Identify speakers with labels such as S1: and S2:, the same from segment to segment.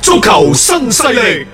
S1: 足球新勢力。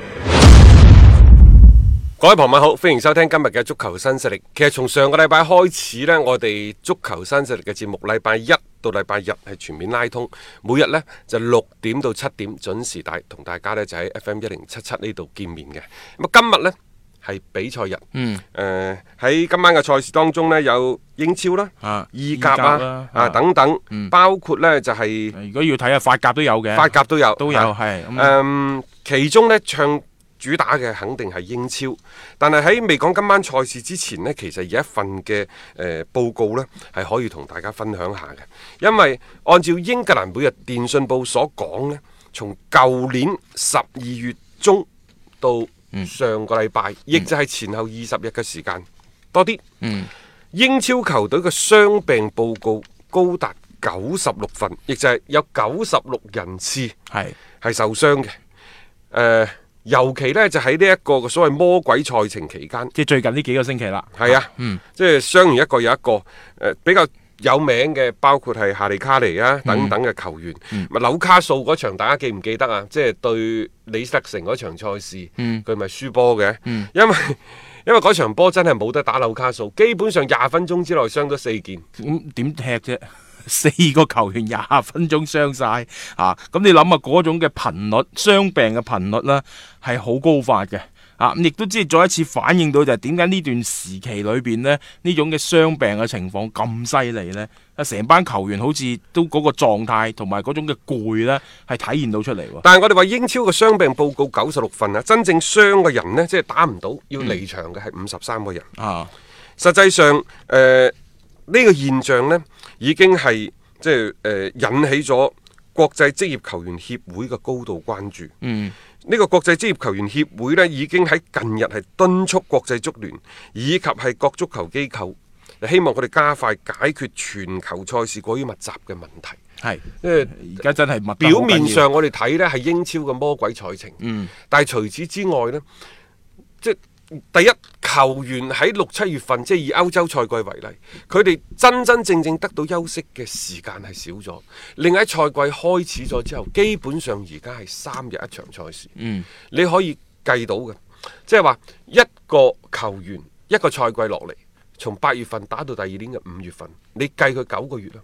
S2: 各位朋友好，歡迎收聽今日嘅足球新勢力。其實從上個禮拜開始呢，我哋足球新勢力嘅節目，禮拜一到禮拜日係全面拉通，每日呢就六點到七點準時帶同大家呢就喺 FM 一零七七呢度見面嘅。咁啊，今日呢
S3: 嗯
S2: 係比賽日，嗯，誒喺、今晚嘅賽事當中呢，有英超啦、
S3: 啊
S2: 意甲
S3: 意甲啦
S2: 啊、啊
S3: 啊
S2: 等等，包括呢就係、
S3: 如果要睇下法甲都有嘅，
S2: 法甲都有，
S3: 都有
S2: 啊
S3: 係咁
S2: 嗯其中呢，唱主打嘅肯定係英超，但係喺未講今晚賽事之前呢，其實有一份嘅誒、呃、報告呢係可以同大家分享下嘅，因為按照英格蘭每日電訊報所講呢，從舊年十二月中到
S3: 嗯
S2: 上個禮拜，亦、就係前後二十日嘅時間多啲。
S3: 嗯
S2: 英超球隊嘅傷病報告高達九十六份，亦就係有九十六人次
S3: 係
S2: 係受傷嘅。誒、尤其呢，就喺呢一個所謂魔鬼賽程期間，
S3: 即係最近呢幾個星期啦。嗯
S2: 係啊，即係傷完一個有一個，誒、比較有名嘅包括係夏利卡尼啊
S3: 嗯
S2: 等等嘅球員，咪、紐卡素嗰場大家記唔記得啊？即係對李斯特城嗰場賽事，
S3: 嗯
S2: 佢咪、輸波嘅，因為因為嗰場波真係冇得打紐卡素，基本上廿分鐘之內傷咗四件。
S3: 咁點踢啫？ 四個球員廿分鐘傷晒啊！咁你諗下嗰種嘅頻率，傷病嘅頻率呢，係好高發嘅。啊，咁亦都即係再一次反映到就係點解呢段時期裏邊呢，呢種嘅傷病嘅情況咁犀利呢？啊，成班球員好似都嗰個狀態同埋嗰種嘅攰呢，係體現到出嚟喎。
S2: 但係我哋話英超嘅傷病報告九十六份啊，真正傷嘅人呢，即係打唔到要離場嘅係五十三個人。
S3: 啊，
S2: 實際上，誒、呢、個現象呢，已經係即係誒、引起咗國際職業球員協會嘅高度關注。嗯，呢個國際職業球員協會呢，已經喺近日係敦促國際足聯以及係各足球機構，希望佢哋加快解決全球賽事過於密集嘅問題。
S3: 係
S2: 因為
S3: 而家真係密得好緊要
S2: 表
S3: 嗯
S2: 面上我哋睇呢係英超嘅魔鬼賽程，但係除此之外呢，即係第一球員喺六七月份，即係以歐洲賽季為例，佢哋真真正正得到休息嘅時間係少咗。另外喺賽季開始咗之後，基本上而家係三日一場賽事，
S3: 嗯
S2: 你可以計到嘅，即係話一個球員一個賽季落嚟，從八月份打到第二年嘅五月份，你計佢九個月啦，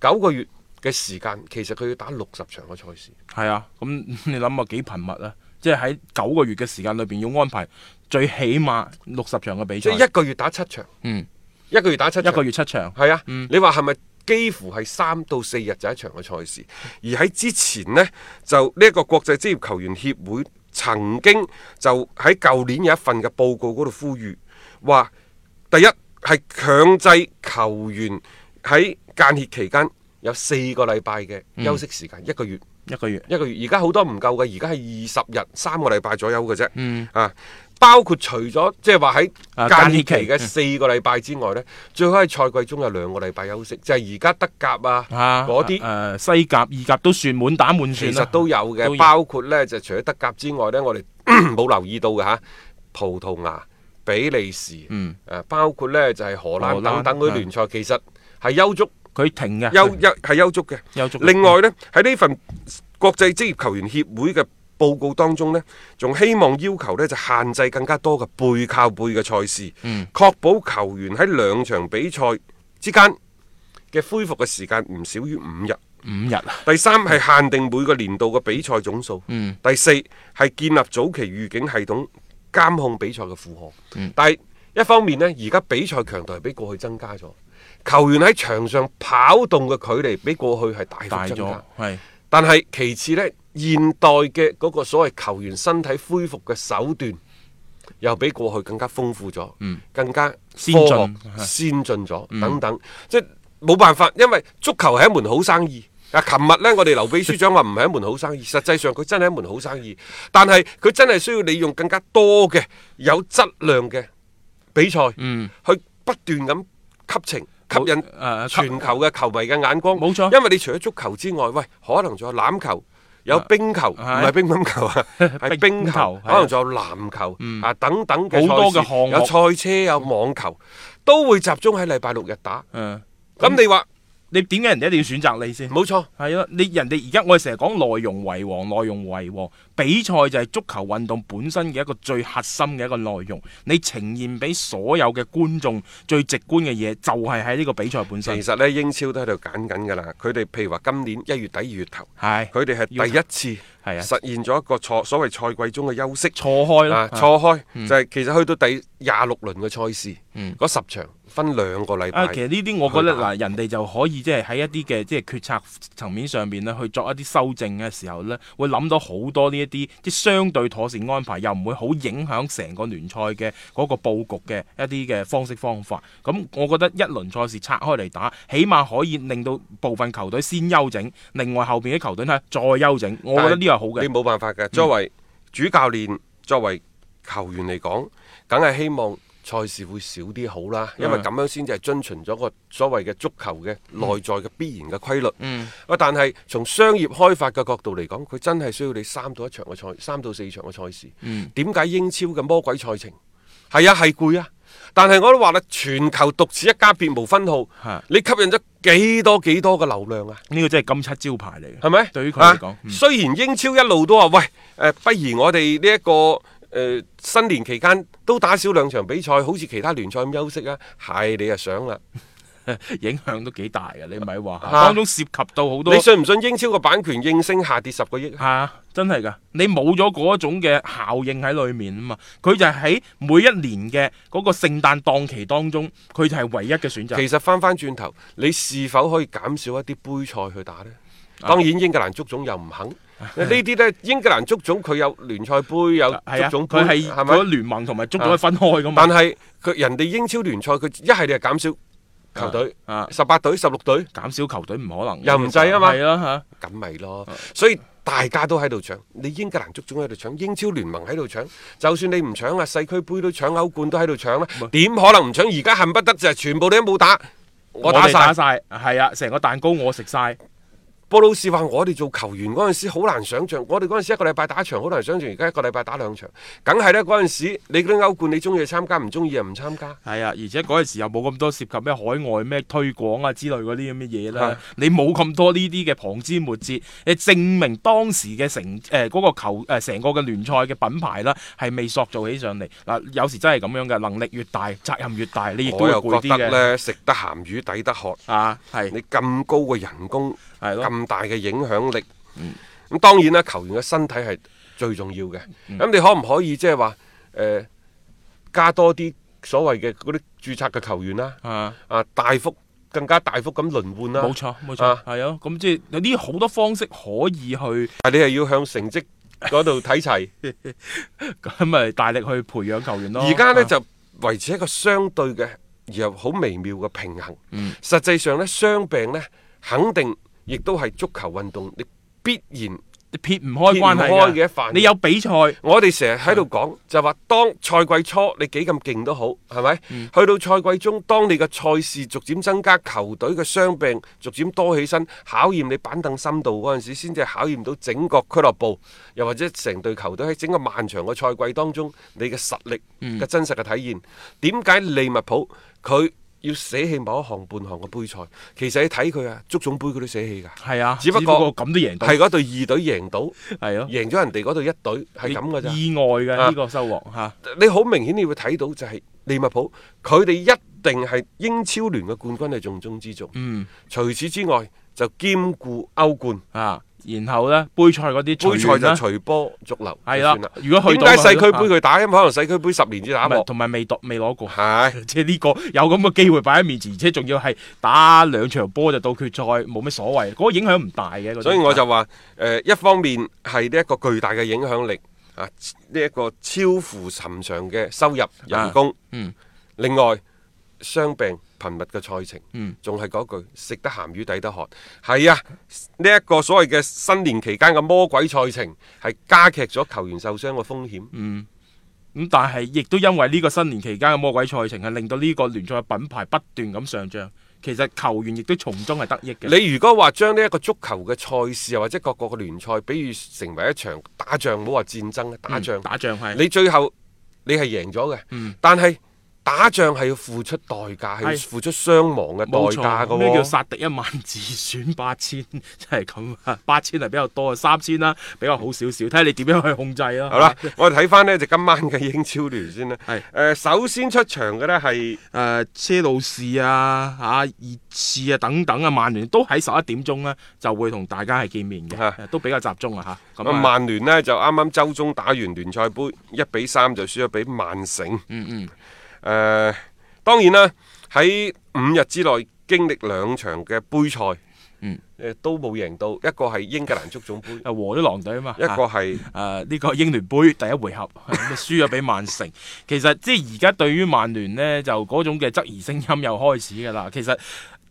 S2: 九個月嘅時間，其實佢要打六十場嘅賽事。
S3: 係啊，咁 你諗下幾頻密啊？即係喺九個月嘅時間裏邊要安排最起碼六十場嘅比
S2: 即
S3: 賽，
S2: 係一個月打七場，
S3: 嗯，
S2: 一個月打七場，
S3: 一個月七嗯場，
S2: 係啊，你話係咪幾乎係三到四日就一場嘅賽事？而喺之前呢，就呢一個國際職業球員協會曾經就喺舊年有一份嘅報告嗰度呼籲，話第一係強制球員喺間歇期間有四個禮拜嘅休息時間，
S3: 嗯
S2: 一個月。
S3: 一個月
S2: 一個月，而家好多唔夠嘅，而家係二十日三個禮拜左右嘅啫。啊，包括除咗即係話
S3: 嗯啊
S2: 喺間歇
S3: 間
S2: 期
S3: 歇
S2: 嘅
S3: 期
S2: 四個禮拜之外呢，最好喺賽季中有兩個禮拜休息，就係而家德甲啊
S3: 啊，
S2: 嗰啲。
S3: 誒西甲、意甲都算滿打滿
S2: 其
S3: 算
S2: 實
S3: 啦，
S2: 都有
S3: 都
S2: 嘅，
S3: 有
S2: 包括呢，就除咗德甲之外呢，我哋冇留意到嘅嚇，葡萄牙、比利時，
S3: 嗯
S2: 啊包括呢，就係荷
S3: 荷
S2: 蘭
S3: 蘭啊
S2: 等等嗰啲
S3: 係
S2: 聯賽，其實係休足
S3: 佢停嘅，
S2: 休休係休足嘅。
S3: 休足嘅
S2: 另外呢，喺呢份國際職業球員協會嘅報告當中呢，仲希望要求呢就限制更加多嘅背靠背嘅賽事，
S3: 嗯
S2: 確保球員喺兩場比賽之間嘅恢復嘅時間唔少於五日。
S3: 五日啊，
S2: 第三係
S3: 嗯
S2: 限定每個年度嘅比賽總數。第四係建立早期預警系統，監控比賽嘅負荷。
S3: 嗯
S2: 但係一方面呢，而家比賽強度係比過去增加咗，球員喺場上跑動嘅距離比過去係大
S3: 大
S2: 幅增
S3: 咗
S2: 加。
S3: 係
S2: 但係其次呢，現代嘅嗰個所謂球員身體恢復嘅手段，又比過去更加豐富咗，更加
S3: 嗯先進嗯
S2: 科學先進咗、等等，即係冇辦法，因為足球係一門好生意。啊！琴日呢，我哋劉秘書長話唔係一門好生意，實際上佢真係一門好生意，但係佢真係需要利用更加多嘅有質量嘅比賽，去不斷咁吸情。吸引
S3: 嗯誒吸
S2: 全球嘅球迷嘅眼光，
S3: 冇錯
S2: 因為你除咗足球之外，喂，可能仲有欖球。有冰球，唔
S3: 啊係
S2: 係乒乓球 啊，係
S3: 冰
S2: 冰
S3: 球
S2: 球，
S3: 係嗯
S2: 可能仲有籃球啊等等嘅
S3: 好多
S2: 賽事
S3: 嘅項目
S2: 有賽車有網球，都會集中喺禮拜六日打。
S3: 誒，嗯
S2: 咁你話
S3: 你點解人哋一定要選擇你先？
S2: 冇錯，
S3: 係咯，你人哋而家我哋成日講內容為王，內容為王，比賽就係足球運動本身嘅一個最核心嘅一個內容，你呈現俾所有嘅觀眾最直觀嘅嘢，就係喺呢個比賽本身
S2: 其。實呢，英超都喺度揀緊㗎啦。佢哋譬如話今年一月底二月頭，
S3: 係
S2: 佢哋係
S3: 要
S2: 第一次
S3: 係啊
S2: 實現咗一個錯所謂賽季中嘅休息。
S3: 錯開啦
S2: 啊，，
S3: 嗯
S2: 錯開就係其實去到第廿六輪嘅賽事，嗰十場分兩個禮
S3: 啊，
S2: 拜
S3: 其。實呢啲我覺得
S2: 佢打
S3: 嗱，人哋就可以即係喺一啲嘅即係決策層面上面咧，去作一啲修正嘅時候呢，會諗到好多呢一啲即係相對妥善安排，又唔會好影響成個聯賽嘅嗰個佈局嘅一啲嘅方式方法。咁我覺得一輪賽事拆開嚟打，起碼可以令到部分球隊先休整，另外後邊嘅球隊咧再休整。我覺得呢個係好
S2: 你
S3: 嘅，嗯
S2: 冇辦法嘅。作為主教練，作為球員嚟講，梗係希望賽事會少啲好啦，
S3: 嗯
S2: 因為咁樣先至係遵循咗個所謂嘅足球嘅內在嘅必然嘅規律。嗯，但係從商業開發嘅角度嚟講，佢真係需要你三到一場嘅賽，三到四場嘅賽事。嗯，點解英超嘅魔鬼賽程係啊係攰啊？但係我都話啦，全球獨此一家，別無分號
S3: 係。
S2: 你吸引咗幾多幾多嘅流量啊？
S3: 呢個真係金漆招牌嚟嘅，
S2: 係咪？
S3: 對於佢嚟講
S2: 啊，
S3: 嗯
S2: 雖然英超一路都話喂，誒、不如我哋呢一個誒、呃新年期間都打少兩場比賽，好似其他聯賽咁休息啊，係你啊想啦。
S3: 影響都幾大嘅。你咪話
S2: 嚇
S3: 當中涉及到好多
S2: 你。信唔信英超個版權應聲下跌十個億啊？
S3: 係啊，真係噶，你冇咗嗰種嘅效應喺裏面啊嘛，佢就係喺每一年嘅嗰個聖誕檔期當中，佢就係唯一嘅選擇。
S2: 其實翻翻轉頭，你是否可以減少一啲杯賽去打呢？
S3: 啊
S2: 當然英格蘭足總又唔肯。呢啲呢，英格蘭足總佢有聯賽杯，有
S3: 係啊，
S2: 足總杯，
S3: 佢係
S2: 係
S3: 嗰
S2: 咪？
S3: 聯盟同埋足總係分開噶嘛
S2: 但，係佢人哋英超聯賽，佢一係你係減少球隊
S3: 啊啊，
S2: 十八隊、十六隊，
S3: 減少球隊唔可能。
S2: 又唔制啊嘛
S3: 係啦嚇。
S2: 咁咪
S3: 啊
S2: 咯，所以大家都喺度搶，你英格蘭足總喺度搶，英超聯盟喺度搶，就算你唔搶啊，世區杯都搶，歐冠都喺度搶啦，點可能唔搶？而家恨不得就係全部你都冇打，我打
S3: 哋
S2: 晒。
S3: 打晒，係啊，成個蛋糕我食晒。
S2: 布魯士話：我哋做球員嗰陣時好難想像，我哋嗰陣時一個禮拜打一場好難想像，而家一個禮拜打兩場，梗係啦。嗰陣時你嗰啲歐冠你中意就參加，唔中意就唔參加。
S3: 係啊，而且嗰陣時又冇咁多涉及咩海外咩推廣啊之類嗰啲咁嘅嘢啦
S2: 啊，
S3: 你冇咁多呢啲嘅旁枝末節，你證明當時嘅成誒嗰、個球誒成、個嘅聯賽嘅品牌啦，係未塑造起上嚟嗱、有時真係咁樣嘅，能力越大，責任越大，你亦都
S2: 我
S3: 會
S2: 又
S3: 攰
S2: 覺
S3: 啲
S2: 得
S3: 嘅。
S2: 呢，食得鹹魚抵得渴。
S3: 啊，係
S2: 你咁高嘅人工，
S3: 係咯嗯
S2: 咁大嘅影響力，咁、當然啦，球員嘅身體係最重要嘅。咁、
S3: 嗯
S2: 你可唔可以即係話誒加多啲所謂嘅嗰啲註冊嘅球員啦？
S3: 啊。
S2: 啊，大幅更加大幅咁輪換啦。
S3: 冇錯，冇錯，
S2: 啊
S3: 係啊，咁即係有啲好多方式可以去
S2: 但你係要向成績嗰度睇 齊。
S3: 咁咪大力去培養球員咯。
S2: 而家呢，
S3: 啊
S2: 就維持一個相對嘅而又好微妙嘅平衡。
S3: 嗯
S2: 實際上呢，傷病呢，肯定亦都係足球運動你必然。
S3: 撇唔開
S2: 撇唔
S3: 關係
S2: 開嘅一
S3: 㗎
S2: 範
S3: 你有比賽
S2: 我哋成日喺度講，就話當賽季初你幾咁勁都好，係咪？去到賽季中，當你嘅賽事逐漸增加，球隊嘅傷病逐漸多起身，考驗你板凳深度嗰陣時，先至係考驗到整個俱樂部，又或者成隊球隊喺整個漫長嘅賽季當中，你嘅實力嘅真實嘅體現。點解利物浦佢要捨棄某一項半項嘅杯賽？其實你睇佢啊，足總杯佢都捨棄㗎。
S3: 係啊，
S2: 只不過
S3: 過咁都贏到
S2: 係，嗰隊二隊贏到，
S3: 係咯。
S2: 贏咗人哋嗰隊一隊，係咁㗎咋。
S3: 意外嘅
S2: 啊
S3: 呢個收穫嚇，
S2: 你好明顯你會睇到就係利物浦，佢哋一定係英超聯嘅冠軍係重中之重。
S3: 嗯
S2: 除此之外，就兼顧歐冠
S3: 啊，然後呢，杯賽嗰啲
S2: 杯賽
S3: 隨緣
S2: 就
S3: 啦
S2: 隨波逐流，
S3: 係啦
S2: 就算啦。
S3: 如果去
S2: 點
S3: 到
S2: 解
S3: 咪
S2: 世
S3: 去
S2: 俱
S3: 啦
S2: 杯佢打？因為可能世俱杯十年至打
S3: 唔係
S2: 一
S3: 同埋未度未攞過。
S2: 係
S3: 即係呢個有咁嘅機會擺喺面前，而且仲要係打兩場波就到決賽，冇乜所謂，嗰、個影響唔大嘅。嗰啲啊
S2: 所以我就話誒、呃一方面係呢一個巨大嘅影響力啊，呢、一個超乎尋常嘅收入人工，
S3: 嗯
S2: 另外傷病頻密嘅賽程，
S3: 嗯
S2: 仲係嗰句食得鹹魚抵得渴，係啊，呢、一個所謂嘅新年期間嘅魔鬼賽程係加劇咗球員受傷嘅風險。
S3: 嗯咁但係亦都因為呢個新年期間嘅魔鬼賽程，係令到呢個聯賽嘅品牌不斷咁上漲。其實球員亦都從中係得益嘅。嗯
S2: 你如果話將呢一個足球嘅賽事又或者各國嘅聯賽，比喻成為一場打仗，唔好話戰爭啦，打仗。
S3: 嗯打仗係嗯
S2: 你最後你係贏咗嘅，但係打仗係要付出代價，係要
S3: 係
S2: 付出傷亡嘅
S3: 冇
S2: 代價
S3: 錯，
S2: 嘅
S3: 咩叫
S2: 喎。
S3: 殺敵一萬自損八千， 真係咁啊！八千係比較多，三千啦比較好少少，睇下你點樣去控制啊啦。
S2: 好啦，我哋睇翻呢就今晚嘅英超聯先啦。
S3: 係
S2: 誒、首先出場嘅呢係
S3: 誒、車路士啊、嚇、熱刺啊等等啊，曼聯都喺十一點鐘呢就會同大家係見面嘅，
S2: 嚇
S3: 誒都比較集中啊嚇。咁
S2: 咁
S3: 啊
S2: 曼聯呢，就啱啱周中打完聯賽杯，一比三就輸咗俾曼城。嗯嗯。誒、當然啦，喺五日之內經歷兩場嘅杯賽，
S3: 嗯
S2: 誒都冇贏到，一個係英格蘭足總杯，
S3: 又和咗狼 隊啊嘛，
S2: 一個
S3: 嚇
S2: 係。
S3: 誒呢個英聯杯第一回合 咁啊輸咗俾曼城，其實即係而家對於曼聯呢，就嗰種嘅質疑聲音又開始㗎啦。其實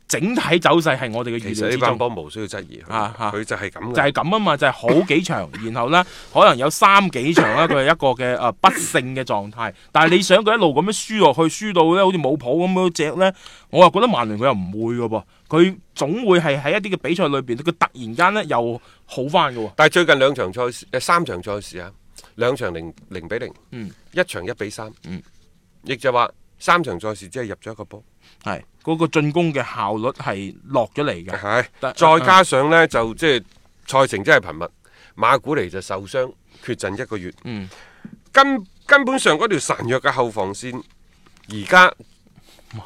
S3: 整體走勢係我哋嘅
S2: 其
S3: 預
S2: 實
S3: 料
S2: 呢
S3: 之
S2: 班
S3: 中。
S2: 波無需要質疑嗯佢，佢、
S3: 啊啊
S2: 就係咁嘅
S3: 就係咁啊嘛，就係、好幾場，然後呢， 可能有三幾場呢，佢係一個嘅誒啊不勝嘅狀態。但係你想佢一路咁樣輸落去，輸到呢好似冇譜咁嗰只呢，我又覺得曼聯佢又唔會嘅噃，佢總會係喺一啲嘅比賽裏邊，佢突然間呢又好翻嘅喎。
S2: 但係最近兩場賽事，誒三場賽事啊，兩場零零比零，
S3: 嗯
S2: 一場一比三，
S3: 嗯
S2: 亦就話三場賽事只係入啊咗一個波，
S3: 係嗰、個進攻嘅效率係落咗嚟嘅。
S2: 係
S3: 但啊
S2: 再加上呢，就即係賽程真係頻密，馬古尼就受傷缺陣一個月，
S3: 嗯
S2: 根根本上嗰條孱弱嘅後防線，而家。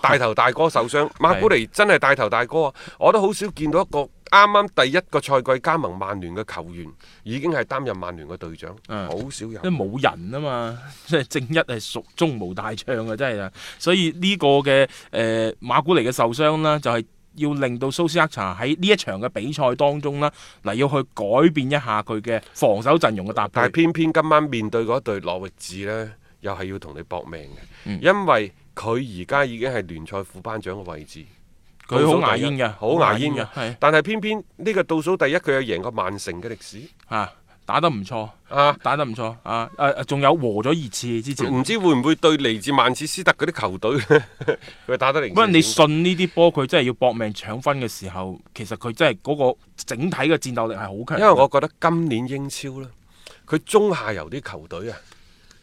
S2: 大頭大哥受傷，馬古尼真係大頭大哥啊！我都好少見到一個啱啱第一個賽季加盟曼聯嘅球員，已經係擔任曼聯嘅隊長，
S3: 嗯
S2: 好少有
S3: 即。係冇人啊嘛， 即係正一係蜀中無大將啊，真係啊！所以呢個嘅誒、呃、馬古尼嘅受傷啦，就係、要令到蘇斯克查喺呢一場嘅比賽當中啦，嗱要去改變一下佢嘅防守陣容嘅搭
S2: 但係
S3: 配。
S2: 偏偏今晚面對嗰隊諾域治呢，又係要同你搏命嘅，
S3: 嗯
S2: 因為佢而家已經係聯賽副班長嘅位置，
S3: 佢好牙煙嘅，
S2: 好牙煙嘅
S3: 係。
S2: 但係偏偏呢個倒數第一，佢有贏過曼城嘅歷史
S3: 啊，打得唔錯，
S2: 啊！嗯
S3: 打得唔錯啊！誒、誒，仲有和咗熱刺之前。
S2: 唔知會唔會對嚟自曼徹斯特嗰啲球隊呢， 佢打得零
S3: 不
S2: 舍
S3: 過
S2: 遠
S3: 你信呢啲波，佢真係要搏命搶分嘅時候，其實佢真係嗰個整體嘅戰鬥力係好強嘅。
S2: 因為我覺得今年英超呢，佢中下游啲球隊啊，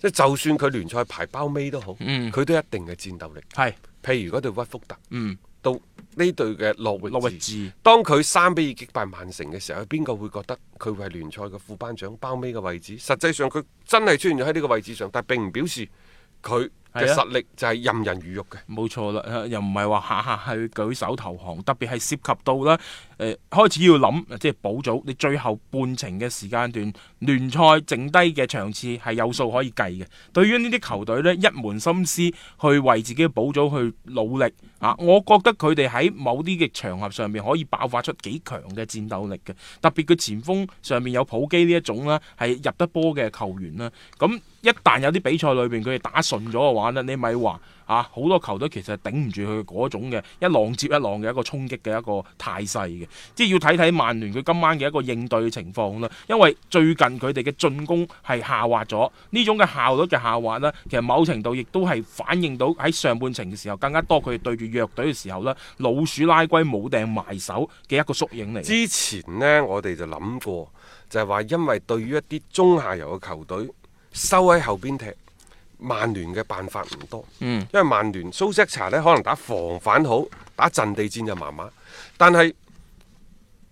S2: 即係就算佢聯賽排包尾都好，佢、
S3: 嗯
S2: 都一定嘅戰鬥力。
S3: 係
S2: 譬如嗰隊屈福特
S3: 嗯
S2: 到呢隊嘅諾域
S3: 諾
S2: 治
S3: 域治。
S2: 當佢三比二擊敗曼城嘅時候，有邊個會覺得佢會係聯賽嘅副班長包尾嘅位置？實際上佢真係出現咗喺呢個位置上，但並唔表示佢嘅
S3: 係啊
S2: 實力就係任人魚肉嘅。
S3: 冇錯啦，呃又唔係話下下去舉手投降，特別係涉及到啦，誒、呃開始要諗，呃即係補組，你最後半程嘅時間段，聯賽剩低嘅場次係有數可以計嘅。對於呢啲球隊呢，一門心思去為自己嘅補組去努力啊，我覺得佢哋喺某啲嘅場合上面可以爆發出幾強嘅戰鬥力嘅，特別佢前鋒上面有普基呢一種啦，係入得波嘅球員啦，咁一旦有啲比賽裏邊佢哋打順咗嘅話呢，你咪話啊，好多球隊其實係頂唔住佢嗰種嘅一浪接一浪嘅一個衝擊嘅一個態勢嘅，即係要睇睇曼聯佢今晚嘅一個應對嘅情況啦。因為最近佢哋嘅進攻係下滑咗，呢種嘅效率嘅下滑呢，其實某程度亦都係反映到喺上半程嘅時候更加多佢哋對住弱隊嘅時候呢，老鼠拉龜冇掟埋手嘅一個縮影嚟嘅。
S2: 之前呢，我哋就諗過，就係話因為對於一啲中下游嘅球隊收喺後邊踢，曼聯嘅辦法唔多。
S3: 嗯，
S2: 因為曼聯蘇斯克查呢，可能打防反好，打陣地戰就麻麻，但係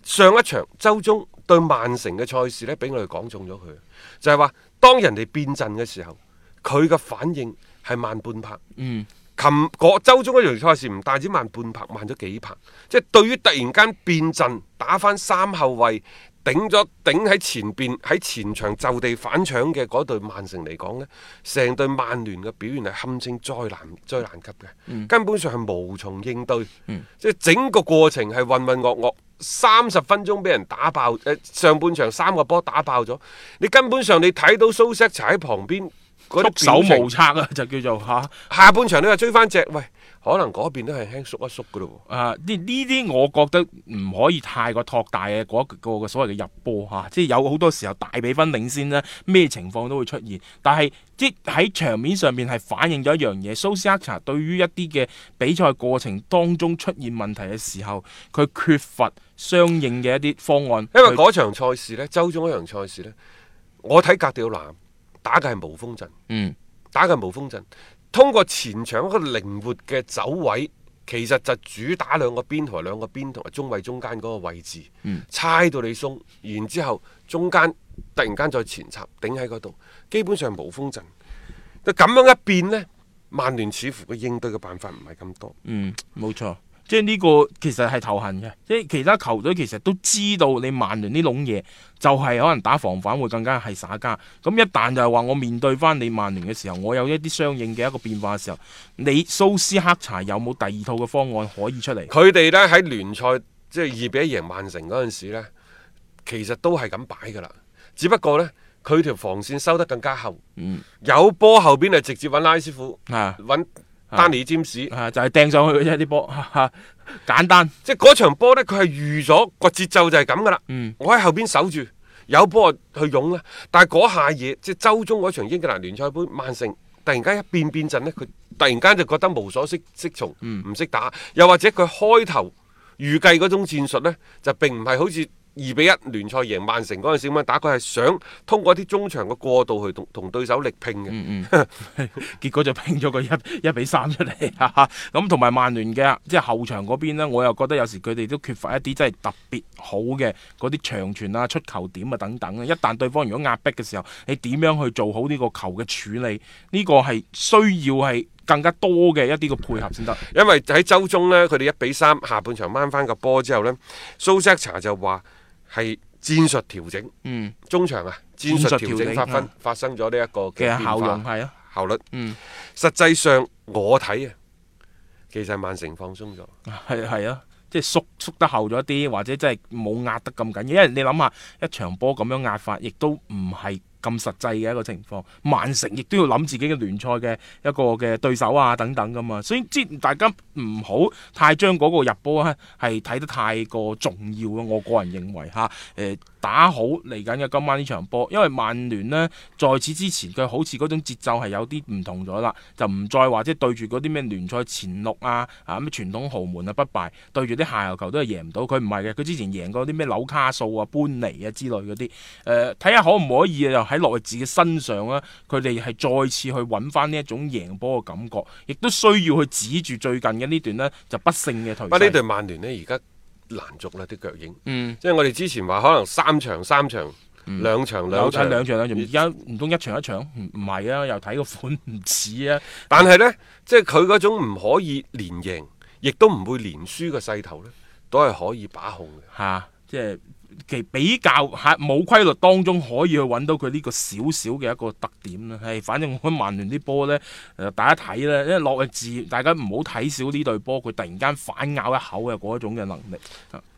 S2: 上一場周中對曼城嘅賽事呢，俾我哋講中咗佢，就係話當人哋變陣嘅時候，佢嘅反應係慢半拍。
S3: 嗯，
S2: 琴嗰周中嗰場賽事唔單止慢半拍，慢咗幾拍，即係對於突然間變陣打翻三後衞，頂咗頂喺前邊喺前場就地反搶嘅嗰隊曼城嚟講呢，成隊曼聯嘅表現係堪稱災難災難級嘅，
S3: 嗯
S2: 根本上係無從應對，即係整個過程係混混噩噩。三十分鐘俾人打爆，誒、上半場三個波打爆咗，你根本上你睇到蘇斯踩喺旁邊嗰啲
S3: 束手
S2: 表情
S3: 無策啊，就叫做吓。
S2: 下半場你話追翻只，喂，可能嗰邊都係輕縮一縮噶咯喎。
S3: 啊！呢呢啲我覺得唔可以太過托大嘅嗰一個嘅所謂嘅入波嚇、即係有好多時候大比分領先呢，咩情況都會出現。但係即係喺場面上面係反映咗一樣嘢，蘇斯克查對於一啲嘅比賽過程當中出現問題嘅時候，佢缺乏相應嘅一啲方案。
S2: 因為嗰場賽事呢，周中嗰場賽事呢，我睇格調南打嘅係無風陣，
S3: 嗯
S2: 打嘅係無風陣，通過前場一個靈活嘅走位。其實就主打兩個邊同埋兩個邊同埋中衞中間嗰個位置，猜到你鬆，然之後中間突然間再前插頂喺嗰度，基本上無風陣。就咁樣一變呢，曼聯似乎佢應對嘅辦法唔係咁多。
S3: 嗯，冇錯。即係呢個其實係頭痕嘅，即係其他球隊其實都知道你曼聯呢籠嘢就係可能打防反會更加係耍家。咁一旦就係話我面對翻你曼聯嘅時候，我有一啲相應嘅一個變化嘅時候，你蘇斯克查有冇第二套嘅方案可以出嚟？
S2: 佢哋呢喺聯賽即係二比一贏曼城嗰陣時呢，其實都係咁擺噶啦。只不過呢，佢條防線收得更加厚，有波後邊就直接揾拉師傅，
S3: 嗯啊
S2: 揾丹尼詹士。
S3: 啊，就係掟上去嘅啫啲波，哈哈簡單。
S2: 即係嗰場波呢，佢係預咗個節奏就係咁噶啦。我喺後邊守住，有波去湧啦。啊但係嗰下嘢，即係周中嗰場英格蘭聯賽杯，曼城突然間一變變陣呢，佢突然間就覺得無所適適從，唔識打。又或者佢開頭預計嗰種戰術呢，就並唔係好似。二比一聯賽贏曼城嗰陣時咁樣打，佢係想通過啲中場嘅過渡去同同對手力拼嘅。
S3: 結果就拼咗個一一比三出嚟， 哈哈咁同埋曼聯嘅即係後場嗰邊呢，我又覺得有時佢哋都缺乏一啲真係特別好嘅嗰啲長傳啊、出球點啊等等啊。一旦對方如果壓迫嘅時候，你點樣去做好呢個球嘅處理？呢、個係需要係更加多嘅一啲嘅配合先得。
S2: 因為喺周中呢，佢哋一比三下半場掹翻個波之後呢，蘇斯克查就話係戰術調整，
S3: 嗯
S2: 中場啊戰術調整發
S3: 戰術調整
S2: 分
S3: 啊
S2: 發生咗呢一個
S3: 嘅
S2: 變
S3: 效
S2: 化
S3: 用係啊，
S2: 效率。
S3: 嗯
S2: 實際上我睇啊，其實係曼城放鬆咗。
S3: 係係啊。即係縮縮得厚咗啲，或者真係冇壓得咁緊要，因為你諗下一場波咁樣壓法，亦都唔係咁實際嘅一個情況。曼城亦都要諗自己嘅聯賽嘅一個嘅對手啊等等噶嘛，所以即係大家唔好太將嗰個入波咧係睇得太過重要咯。我個人認為嚇，誒、打好嚟緊嘅今晚呢場波，因為曼聯呢，在此之前佢好似嗰種節奏係有啲唔同咗啦，就唔再話即係對住嗰啲咩聯賽前六啊啊咩傳統豪門啊不敗，對住啲下游球都係贏唔到。佢唔係嘅，佢之前贏過啲咩紐卡素啊、搬尼啊之類嗰啲。
S2: 嗯
S3: 誒睇下可唔可以就喺諾域治嘅身上啦，佢哋係再次去揾翻呢一種贏波嘅感覺，亦都需要去指住最近嘅呢段呢就不勝嘅頹
S2: 不過呢隊
S3: 勢。
S2: 曼聯呢，而家難捉啦啲腳影，
S3: 嗯，
S2: 即係我哋之前話可能三場三場。兩場兩
S3: 有睇
S2: 場
S3: 兩場兩場，而家唔通一場一場？唔唔係啊，又睇個款唔似啊。
S2: 但係呢，即係佢嗰種唔可以連贏，亦都唔會連輸嘅勢頭呢，都係可以把控嘅。
S3: 吓、即係其比較吓冇規律當中可以去揾到佢呢個少少嘅一個特點啦。係，反正我覺得曼聯啲波呢，誒、呃大家睇咧，因為落日字，大家唔好睇少呢隊波，佢突然間反咬一口嘅嗰種嘅能力。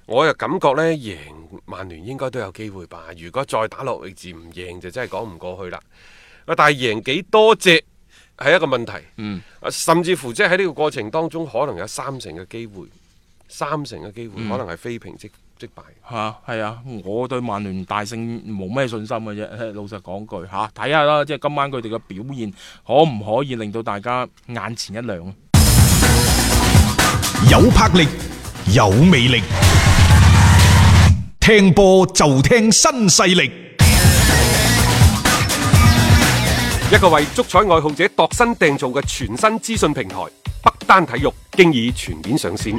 S2: 我又感覺呢，贏曼聯應該都有機會吧。如果再打落域治唔贏，就真係講唔過去啦。啊但係贏幾多隻係一個問題。嗯，甚至乎即係喺呢個過程當中，可能有三成嘅機會，三成嘅機會可能係非平即即敗。
S3: 嚇係啊！我對曼聯大勝冇咩信心嘅啫， 老實講句嚇，睇下啦，即係今晚佢哋嘅表現可唔可以令到大家眼前一亮啊
S1: 有魄力，有魅力，聽波就聽新勢力。
S2: 一個為足彩愛好者度身訂造嘅全新資訊平台北單體育，經已全面上線。